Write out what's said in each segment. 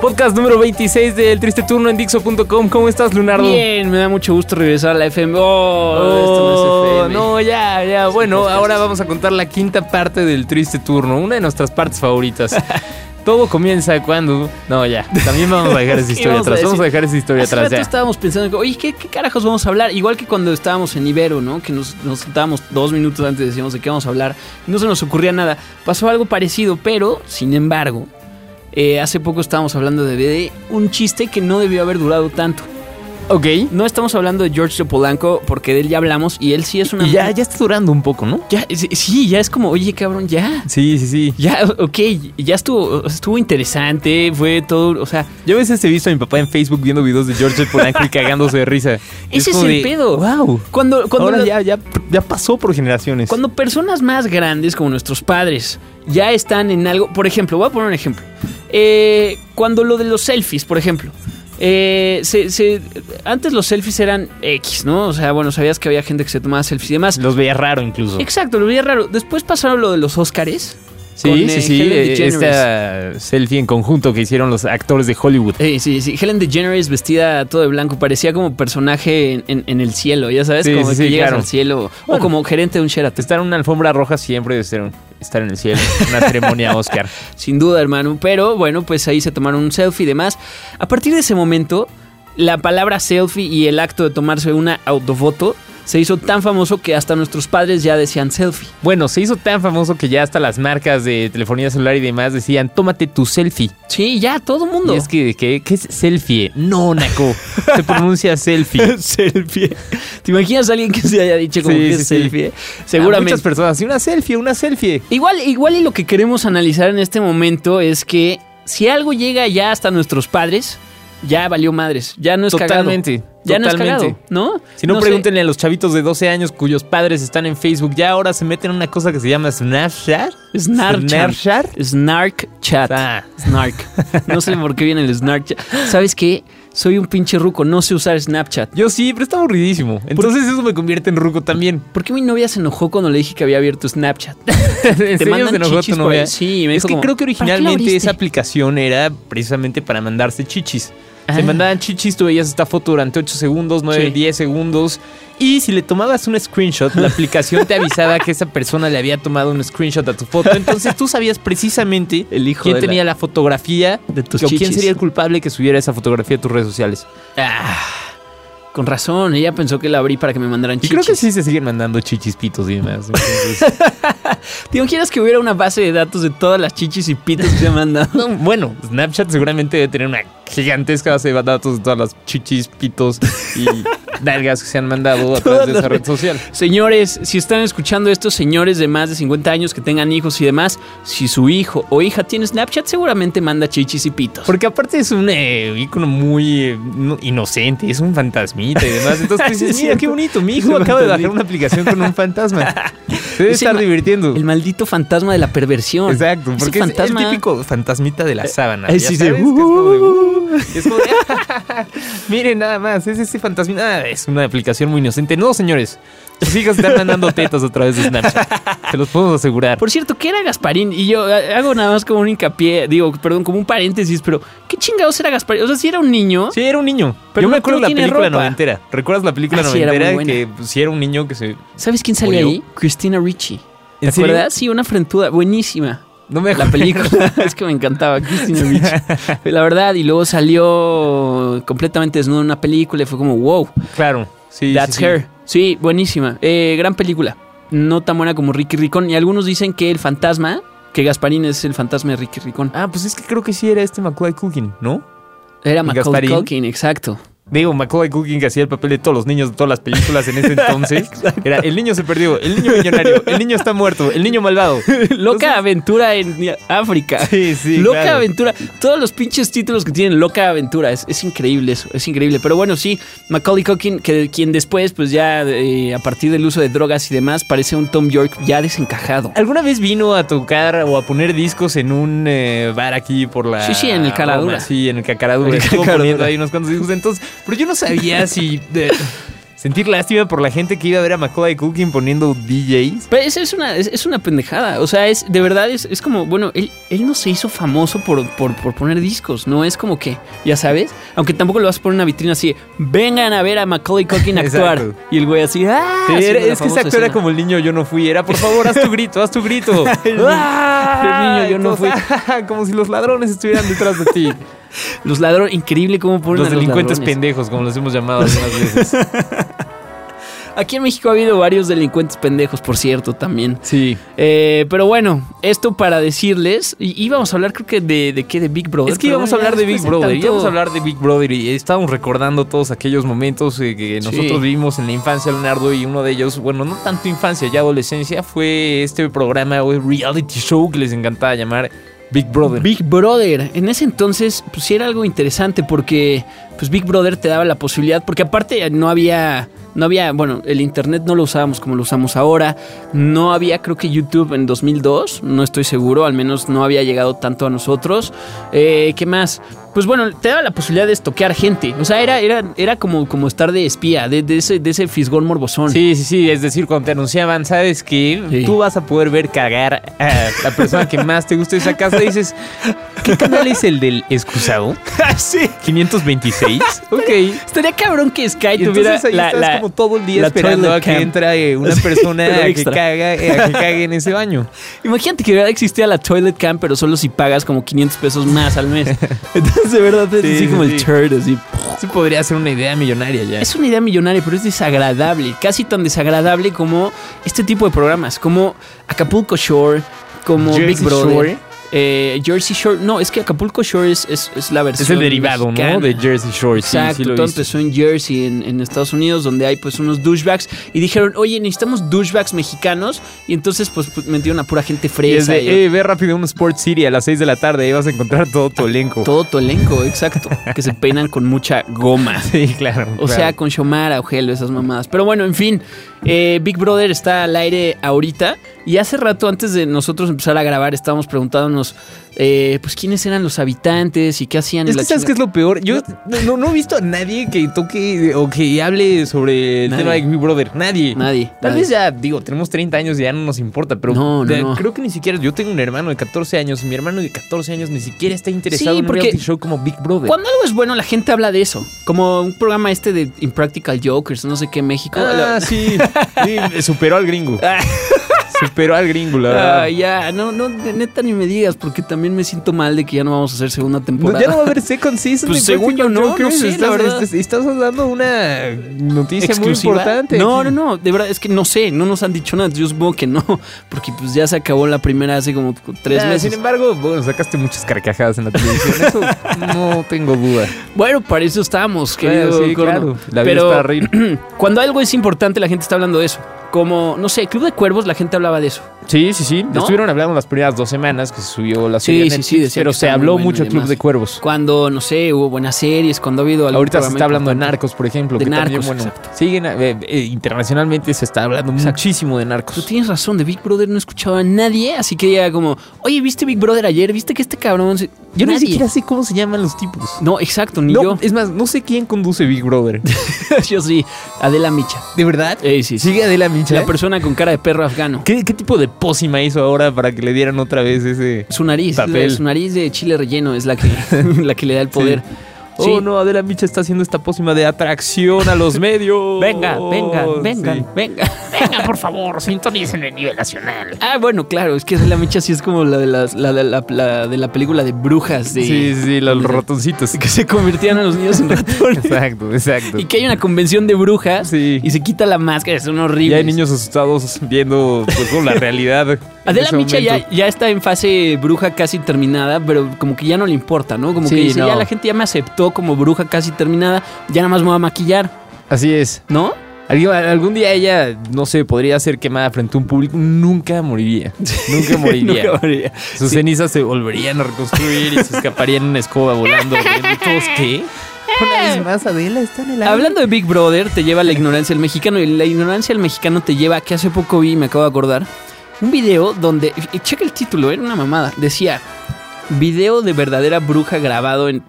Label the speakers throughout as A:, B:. A: Podcast número 26 del Triste Turno en Dixo.com. ¿Cómo estás, Lunardo?
B: Bien, me da mucho gusto regresar a la FM. Oh,
A: Oh,
B: esto no es FM.
A: no, ya, ya. Bueno,
B: podcast
A: ahora
B: es-
A: vamos a contar la quinta parte del Triste Turno, una de nuestras partes favoritas. Todo comienza cuando. No, ya. También vamos a dejar esa
B: Sí,
A: historia
B: vamos a
A: atrás. Vamos
B: decir-
A: a dejar esa historia
B: Hace
A: atrás
B: rato
A: ya.
B: estábamos pensando, oye, ¿qué, qué carajos vamos a hablar? Igual que cuando estábamos en Ibero, ¿no? Que nos, nos sentábamos dos minutos antes y decíamos de qué vamos a hablar. No se nos ocurría nada. Pasó algo parecido, pero, sin embargo, eh, hace poco estábamos hablando de, de un chiste que no debió haber durado tanto.
A: Ok.
B: No estamos hablando de George Polanco porque de él ya hablamos y él sí es una...
A: Y ya, ya está durando un poco, ¿no?
B: ya, sí, ya es como, oye, cabrón, ya.
A: Sí, sí, sí.
B: Ya, ok, ya estuvo, estuvo interesante, fue todo, o sea,
A: Yo a veces he este visto a mi papá en Facebook viendo videos de George Polanco y cagándose de risa. Y
B: Ese es
A: como de,
B: el pedo.
A: ¡Wow!
B: cuando, cuando,
A: Ahora
B: la-
A: ya, ya, ya pasó por generaciones.
B: cuando personas más grandes como nuestros padres ya están en algo, por ejemplo, voy a poner un ejemplo, Eh, cuando lo de los selfies, por ejemplo, eh, se- se- antes los selfies eran X, ¿no? O sea, bueno, sabías que había gente que se tomaba selfies y demás.
A: Los veía raro incluso.
B: Exacto, lo veía raro. Después pasaron lo de los Óscares.
A: Sí,
B: con,
A: sí,
B: eh,
A: sí.
B: Helen
A: eh,
B: DeGeneres.
A: Esta selfie en conjunto que hicieron los actores de Hollywood.
B: Eh, sí, sí, Helen DeGeneres vestida todo de blanco, parecía como personaje en, en- en el cielo, ya sabes,
A: Sí,
B: como
A: sí,
B: que
A: sí,
B: llegas
A: claro.
B: al cielo,
A: Bueno.
B: o como gerente de un Sheraton.
A: Estar en una alfombra roja siempre de ser un- estar en el cielo. Una ceremonia Oscar.
B: Sin duda, hermano, pero bueno, pues ahí se tomaron un selfie y demás. A partir de ese momento, la palabra selfie y el acto de tomarse una autofoto se hizo tan famoso que hasta nuestros padres ya decían selfie.
A: Bueno, se hizo tan famoso que ya hasta las marcas de telefonía celular y demás decían, tómate tu selfie.
B: Sí, ya, todo mundo.
A: Y es que, ¿qué, qué es selfie? No, Naco. Se pronuncia selfie.
B: selfie. ¿Te imaginas a alguien que se haya dicho como
A: Sí,
B: que
A: sí,
B: es
A: sí.
B: selfie?
A: A
B: Seguramente.
A: muchas personas, sí, una selfie, una selfie.
B: Igual, igual y lo que queremos analizar en este momento es que si algo llega ya hasta nuestros padres, ya valió madres, ya no es
A: Totalmente,
B: cagado. Ya no es
A: totalmente.
B: cagado, ¿no?
A: Si no,
B: sé.
A: pregúntenle a los chavitos de 12 años cuyos padres están en Facebook, ya ahora se meten en una cosa que se llama Snapchat.
B: Snark Chat.
A: Snapchat.
B: Snark Chat.
A: Ah.
B: Snark. No sé por qué viene el Snark Chat. ¿Sabes qué? Soy un pinche ruco, no sé usar Snapchat.
A: Yo sí, pero está aburridísimo. Entonces eso me convierte en ruco también.
B: ¿Por qué mi novia se enojó cuando le dije que había abierto Snapchat?
A: ¿En
B: Te
A: serio
B: mandan
A: se enojó tu
B: chichis por
A: novia?
B: ahí. Sí, me
A: es
B: dijo
A: que
B: como,
A: creo que
B: "¿Para qué la
A: originalmente
B: abriste?".
A: esa aplicación era precisamente para mandarse chichis. Se
B: Ah.
A: mandaban chichis, tú veías esta foto durante 8 segundos, 9,
B: Sí.
A: 10 segundos. Y si le tomabas un screenshot, la aplicación te avisaba que esa persona le había tomado un screenshot a tu foto. Entonces tú sabías precisamente
B: El hijo
A: quién
B: de la-
A: tenía la, fotografía
B: de tus
A: o quién
B: chichis.
A: sería el culpable que subiera esa fotografía a tus redes sociales.
B: Ah, con razón, ella pensó que la abrí para que me mandaran
A: Y
B: chichis.
A: creo que sí se siguen mandando chichis pitos y demás. entonces-
B: ¿Te imaginas que hubiera una base de datos de todas las chichis y pitos que se han mandado?
A: No, bueno, Snapchat seguramente debe tener una gigantesca base de datos de todas las chichis, pitos y nalgas que se han mandado a través de esa red social.
B: Señores, si están escuchando esto, señores de más de 50 años que tengan hijos y demás, si su hijo o hija tiene Snapchat, seguramente manda chichis y pitos.
A: Porque aparte es un eh, ícono muy eh, no- inocente, es un fantasmita y demás. Entonces tú
B: Sí,
A: dices,
B: es
A: mira
B: cierto.
A: qué bonito, mi
B: Es
A: hijo
B: un
A: acaba de
B: fantasmita.
A: bajar una aplicación con un fantasma. Se debe
B: Ese
A: estar
B: ma-
A: divirtiendo.
B: El maldito fantasma de la perversión.
A: Exacto,
B: Ese
A: porque es-
B: fantasma...
A: es el típico fantasmita de la sábana.
B: eh,
A: ya
B: sí, sí,
A: sabes, que es como de,
B: uh,
A: "Uh". Y es como de, "Ah". miren nada más, es ese fantasmita. Ah, es una aplicación muy inocente. No, señores, sus hijas están mandando tetas a través de Snapchat. Se los podemos asegurar.
B: Por cierto, ¿qué era Gasparín? Y yo eh, hago nada más como un hincapié, digo, perdón, como un paréntesis, pero ¿qué chingados era Gasparín? O sea, si era un niño,
A: Sí, era un niño.
B: Pero
A: Yo
B: no-
A: me acuerdo
B: no
A: de la
B: tiene
A: película
B: ropa.
A: noventera. ¿Recuerdas la película
B: Ah, sí, era muy
A: noventera?
B: buena.
A: que si era un niño que se.
B: ¿sabes quién sale
A: ¿Murió?
B: ahí? Cristina Ricci. ¿Te
A: ¿En serio?
B: acuerdas? Sí, una frentuda, buenísima.
A: No me
B: La
A: acuerdo.
B: película es que me encantaba Cristina Ricci. La verdad, y luego salió completamente desnudo en una película y fue como, wow,
A: Claro. Sí,
B: that's
A: sí, sí.
B: her. Sí, buenísima. Eh, gran película. No tan buena como Ricky Ricón. Y algunos dicen que el fantasma, que Gasparín es el fantasma de Ricky Ricón.
A: Ah, pues es que creo que sí era este Macaulay Culkin, ¿no?
B: Era Macaulay
A: Gasparín?
B: Culkin, exacto.
A: Digo, Macaulay Culkin que hacía el papel de todos los niños de todas las películas en ese entonces. era el niño se perdió, el niño millonario, el niño está muerto, el niño malvado.
B: Loca aventura en África.
A: Sí, sí,
B: Loca
A: claro.
B: aventura. Todos los pinches títulos que tienen Loca aventura. Es, es increíble eso, es increíble. Pero bueno, sí, Macaulay Culkin, que, quien después, pues ya eh, a partir del uso de drogas y demás, parece un Tom York ya desencajado.
A: ¿Alguna vez vino a tocar o a poner discos en un eh, bar aquí por la.
B: Sí, sí, en el Caradura.
A: Roma? Sí, en el Cacaradura.
B: En el
A: Estuvo
B: Cacaradura.
A: poniendo ahí unos cuantos discos. Entonces, pero yo no sabía si. eh, sentir lástima por la gente que iba a ver a Macaulay Culkin poniendo DJs.
B: Pero es, es una, es, es una pendejada. O sea, es de verdad es, es como, bueno, él, él no se hizo famoso por, por, por poner discos. No es como que, ya sabes, aunque tampoco lo vas a poner en una vitrina así, vengan a ver a Macaulay Culkin actuar.
A: Exacto.
B: y el güey así, ¡ah!
A: Sí,
B: haciendo
A: era- es
B: la
A: que ese
B: famosa
A: actor era
B: escena.
A: como el niño yo no fui. Era, por favor, haz tu grito, haz tu grito. ¡Ah!
B: el niño yo no
A: Entonces, como si los ladrones estuvieran detrás de ti.
B: Los ladrones, increíble cómo ponen
A: los
B: a los
A: delincuentes
B: ladrones.
A: pendejos, como los hemos llamado algunas veces.
B: Aquí en México ha habido varios delincuentes pendejos, por cierto, también.
A: Sí.
B: Eh, pero bueno, esto para decirles, y íbamos a hablar creo que de, de qué, de Big Brother.
A: Es que
B: pero
A: íbamos a
B: bueno, ya
A: hablar de Big
B: después
A: Brother,
B: tanto-
A: íbamos a hablar de Big Brother y estábamos recordando todos aquellos momentos eh, que
B: Sí.
A: nosotros vivimos en la infancia, Leonardo, y uno de ellos, bueno, no tanto infancia, ya adolescencia, fue este programa o reality show que les encantaba llamar Big Brother.
B: Big Brother. En ese entonces, pues sí era algo interesante porque pues Big Brother te daba la posibilidad, porque aparte eh, no había, no había, bueno, el internet no lo usábamos como lo usamos ahora, no había creo que YouTube en 2002, no estoy seguro, al menos no había llegado tanto a nosotros. Eh, ¿Qué más? Pues bueno, te daba la posibilidad de estoquear gente, o sea, era, era, era como, como estar de espía, de, de ese, de ese fisgón morbosón.
A: Sí, sí, sí, es decir, cuando te anunciaban, sabes que
B: Sí.
A: tú vas a poder ver cagar a la persona que más te gusta y sacas, te dices, ¿qué canal es el del excusado?
B: sí.
A: 526. Ok.
B: Estaría cabrón que Sky
A: Y
B: tuviera
A: entonces ahí
B: la-
A: estás
B: la-
A: como todo el día
B: la
A: esperando
B: toilet
A: a que
B: cam.
A: entra eh, una
B: Sí,
A: persona
B: pero
A: a que,
B: extra.
A: caga, eh, a que cague en ese baño.
B: Imagínate que de verdad existía la toilet cam, pero solo si pagas como 500 pesos más al mes. Entonces, de verdad, es
A: Sí,
B: así
A: sí,
B: como el
A: sí.
B: turd, así.
A: Eso podría ser una idea millonaria ya.
B: Es una idea millonaria, pero es desagradable. Casi tan desagradable como este tipo de programas, como Acapulco Shore, como
A: Jersey
B: Big Brother.
A: Shore.
B: eh, Jersey Shore. No, es que Acapulco Shore es, es- es la versión.
A: Es el derivado,
B: mexicana.
A: ¿no? De Jersey Shore. sí,
B: Exacto,
A: sí lo he
B: tanto
A: visto.
B: empezó en Jersey, en, en Estados Unidos, donde hay pues unos douchebags. Y dijeron, oye, necesitamos douchebags mexicanos. Y entonces, pues, pues, metieron a pura
A: Y
B: gente
A: es
B: fresa. y-
A: de, eh, ve rápido un Sport City a las 6 de la tarde, ahí vas a encontrar todo tu elenco.
B: Todo tu elenco, exacto. que se peinan con mucha goma.
A: Sí, claro.
B: O sea, con Xiomara, Ojelo, esas mamadas. Pero bueno, en fin, eh, Big Brother está al aire ahorita. Y hace rato, antes de nosotros empezar a grabar, estábamos preguntándonos, eh, pues, quiénes eran los habitantes y qué hacían. en
A: Es
B: la
A: que sabes qué
B: chinga-
A: es lo peor. Yo no, no- no he visto a nadie que toque o que hable sobre el
B: Nadie.
A: tema de Big Brother. Nadie.
B: Nadie.
A: Tal
B: nadie.
A: vez ya, digo, tenemos 30 años y ya no nos importa, pero
B: No, no,
A: de-
B: no.
A: creo que ni siquiera. Yo tengo un hermano de 14 años. Mi hermano de 14 años ni siquiera está interesado
B: Sí,
A: en un
B: porque-
A: reality show como Big Brother.
B: Cuando algo es bueno, la gente habla de eso. Como un programa este de Impractical Jokers, no sé qué, México.
A: Ah,
B: La-
A: sí. Sí, Superó al gringo. Superó al gringo, la verdad.
B: Ah, ya, no, no, de neta ni me digas, porque también me siento mal de que ya no vamos a hacer segunda
A: No,
B: temporada.
A: ya no va a haber second season.
B: Pues
A: de
B: según yo
A: Practical
B: no, no
A: Jokers.
B: sé, la
A: estás,
B: verdad.
A: estás- estás dando una noticia
B: Exclusiva.
A: muy importante.
B: No,
A: aquí.
B: no, no, de verdad es que no sé, no nos han dicho nada, yo supongo que no, porque pues ya se acabó la primera hace como tres
A: Ah,
B: meses.
A: Sin embargo, bueno, sacaste muchas carcajadas en la televisión. Eso no tengo duda.
B: Bueno, para eso estamos, querido
A: Bueno, sí,
B: Corno.
A: claro. La vida
B: Pero
A: es para reír.
B: cuando algo es importante, la gente está hablando de eso. Como, no sé, Club de Cuervos, la gente hablaba de eso.
A: Sí, sí, sí.
B: ¿No?
A: Estuvieron hablando las primeras dos semanas que se subió la
B: Sí,
A: serie.
B: sí,
A: Sí,
B: sí,
A: sí,
B: decía
A: Pero
B: que
A: se
B: estaba
A: habló
B: muy bueno
A: mucho
B: y
A: de Club
B: demás.
A: de Cuervos.
B: Cuando, no sé, hubo buenas series, cuando ha habido algún
A: Ahorita se
B: programa
A: está hablando de
B: importante.
A: narcos, por ejemplo.
B: De
A: que
B: narcos,
A: también, bueno,
B: exacto.
A: siguen, eh, eh, internacionalmente se está hablando
B: Exacto.
A: muchísimo de
B: Tú
A: narcos.
B: tienes razón, de Big Brother no he escuchado a nadie, así que ya como, oye, ¿viste Big Brother ayer? ¿Viste que este cabrón se-?"
A: Yo ni
B: Nadie.
A: siquiera sé cómo se llaman los tipos.
B: No, exacto, ni
A: No,
B: yo.
A: es más, no sé quién conduce Big Brother.
B: yo sí, Adela Micha.
A: ¿De verdad?
B: Ey, sí, sí.
A: Sigue Adela Micha. ¿eh?
B: La persona con cara de perro afgano.
A: ¿Qué, qué tipo de pócima hizo ahora para que le dieran otra vez ese
B: Su nariz,
A: Papel.
B: su nariz de chile relleno es la que, la que le da el poder.
A: Oh
B: Sí.
A: no, Adela Micha está haciendo esta pócima de atracción a los medios.
B: Venga, venga, venga,
A: Sí.
B: venga.
A: Venga, por favor, sintonicen el nivel nacional.
B: Ah, bueno, claro, es que la mecha sí es como la de, las- la, de la- la de la película de brujas de
A: Sí, sí, los ratoncitos.
B: que se convirtieron a los niños en ratones.
A: Exacto, exacto.
B: Y que hay una convención de brujas
A: Sí.
B: y se quita la máscara, son horribles.
A: Y hay niños asustados viendo pues, como la realidad. en
B: Adela
A: ese
B: Micha ya,
A: momento.
B: ya está en fase bruja casi terminada, pero como que ya no le importa, ¿no? Como que
A: Sí,
B: dice,
A: no.
B: ya la gente ya me aceptó como bruja casi terminada, ya nada más me voy a maquillar,
A: Así es.
B: ¿no?
A: Algu- Algún día ella, no sé, podría ser quemada frente a un público. Nunca moriría. Nunca moriría.
B: Nunca moriría.
A: Sus cenizas se volverían a reconstruir y se escaparían en una escoba volando. ¿Y todos qué? Una vez más, Adela está en el
B: Hablando de Big Brother, te lleva a la ignorancia del mexicano. Y la ignorancia del mexicano te lleva a que hace poco vi, me acabo de acordar, un video donde. y Checa el título, era una mamada. Decía: Video de verdadera bruja grabado en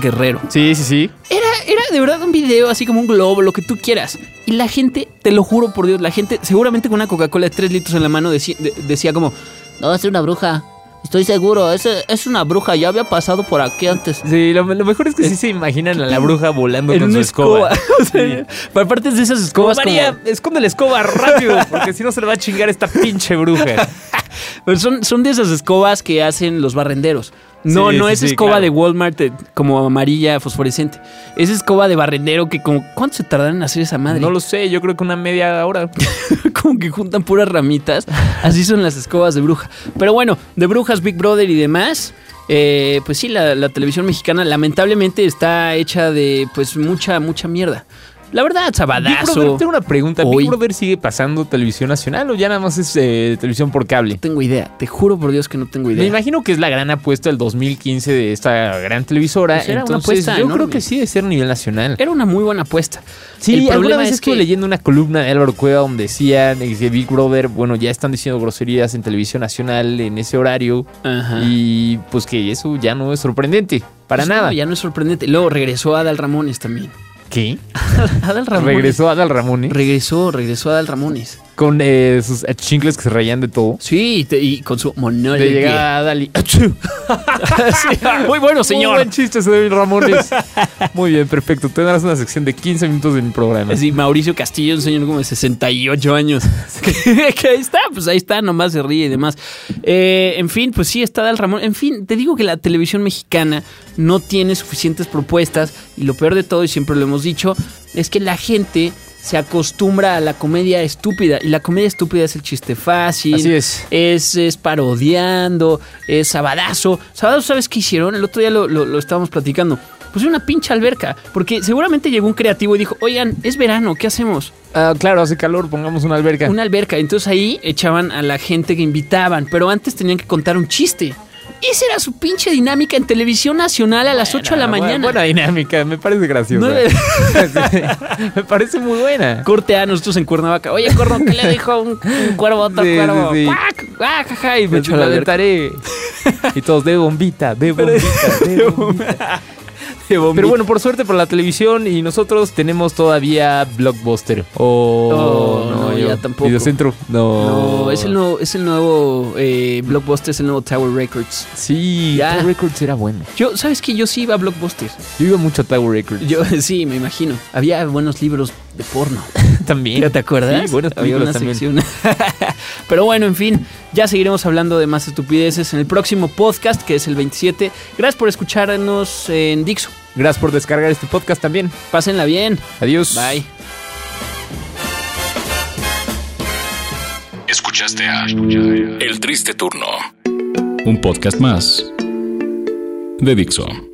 B: Guerrero.
A: Sí, sí, sí.
B: Era, era de verdad un video así como un globo, lo que tú quieras. Y la gente, te lo juro por Dios, la gente seguramente con una Coca-Cola de 3 litros en la mano decí- de- decía como, no, es una bruja. Estoy seguro, es, es una bruja, ya había pasado por aquí antes.
A: Sí, lo, lo mejor es que sí se imaginan a la bruja volando
B: En
A: con su
B: una
A: escoba.
B: escoba. O sea, pero aparte es de esas escobas como-
A: María, esconde la escoba rápido, porque si no se le va a chingar esta pinche bruja.
B: Pero son, son de esas escobas que hacen los barrenderos. No,
A: Sí,
B: no
A: sí,
B: es
A: sí,
B: escoba
A: claro.
B: de Walmart eh, como amarilla fosforescente. Es escoba de barrendero que como... ¿Cuánto se tardaron en hacer esa madre?
A: No lo sé, yo creo que una media hora.
B: como que juntan puras ramitas. Así son las escobas de bruja. Pero bueno, de brujas, Big Brother y demás. eh, pues sí, la, la televisión mexicana lamentablemente está hecha de pues mucha, mucha mierda. La verdad,
A: Big
B: sabadazo.
A: Brother, tengo una pregunta.
B: Hoy.
A: ¿Big Brother sigue pasando televisión nacional o ya nada más es eh, televisión por cable?
B: No tengo idea. Te juro por Dios que no tengo idea.
A: Me imagino que es la gran apuesta del 2015 de esta gran televisora.
B: Pues era una
A: Entonces,
B: apuesta
A: yo creo
B: enorme.
A: que sí debe ser a nivel nacional.
B: Era una muy buena apuesta.
A: Sí,
B: El
A: alguna
B: problema
A: vez
B: es
A: estuve
B: que-
A: leyendo una columna de Álvaro Cueva donde decían eh, que Big Brother, bueno, ya están diciendo groserías en televisión nacional en ese horario
B: Ajá.
A: y pues que eso ya no es sorprendente, para
B: Pues no,
A: nada.
B: ya no es sorprendente. Luego regresó Adal Ramones también.
A: ¿Qué?
B: Ah, Adal Ramones.
A: Regresó Adal Ramón ¿eh?
B: Regresó, regresó Adal Ramones.
A: con eh, sus chingles que se reían de todo.
B: Sí, te- y con su monólogo.
A: De llegada Adal y... ¡Achú!
B: Sí, Muy bueno,
A: Muy
B: señor.
A: buen chiste, señor Ramones. Muy bien, perfecto. Tendrás una sección de 15 minutos de mi programa.
B: Sí, Mauricio Castillo, un señor como de 68 años. que, que ahí está, pues ahí está, nomás se ríe y demás. Eh, en fin, pues sí, está Dal Ramón. En fin, te digo que la televisión mexicana no tiene suficientes propuestas y lo peor de todo, y siempre lo hemos dicho, es que la gente se acostumbra a la comedia estúpida y la comedia estúpida es el chiste fácil.
A: Así es.
B: Es, es parodiando, es sabadazo. Sabadazo, ¿sabes qué hicieron? El otro día lo, lo- lo estábamos platicando. Pues una pinche alberca, porque seguramente llegó un creativo y dijo, oigan, es verano, ¿qué hacemos?
A: Ah, claro, hace calor, pongamos una alberca.
B: Una alberca. Entonces ahí echaban a la gente que invitaban, pero antes tenían que contar un chiste. Esa era su pinche dinámica en televisión nacional a las 8 de la
A: Ah, Buena,
B: mañana.
A: Buena dinámica, me parece graciosa.
B: No le-
A: Sí, me parece muy buena.
B: Corte A, nosotros en Cuernavaca. Oye, Corno, ¿qué le dijo un, un cuervo a otro
A: Sí, sí,
B: cuervo?
A: sí.
B: ¡Cuac! ¡Ah, jaja! Y me
A: Me
B: echó a la alberca.
A: aventaré. Y todos de bombita, de bombita, de bombita. Pero bueno, por suerte para la televisión y nosotros tenemos todavía Blockbuster. Oh,
B: No, no,
A: yo-
B: ya tampoco.
A: Videocentro. No.
B: No, es el nuevo, es el nuevo eh, Blockbuster, es el nuevo Tower Records.
A: Sí,
B: Ya.
A: Tower Records era bueno.
B: Yo, ¿sabes qué? Yo sí iba a Blockbuster.
A: Yo iba mucho a Tower Records.
B: Yo sí, me imagino. Había buenos libros de porno.
A: también.
B: ¿Ya te acuerdas?
A: Sí, buenas
B: Había una
A: películas también.
B: sección. Pero bueno, en fin, ya seguiremos hablando de más estupideces en el próximo podcast, que es el 27. Gracias por escucharnos en Dixo.
A: Gracias por descargar este podcast también.
B: Pásenla bien.
A: Adiós.
B: Bye.
C: Escuchaste a El Triste Turno. Un podcast más de Dixo.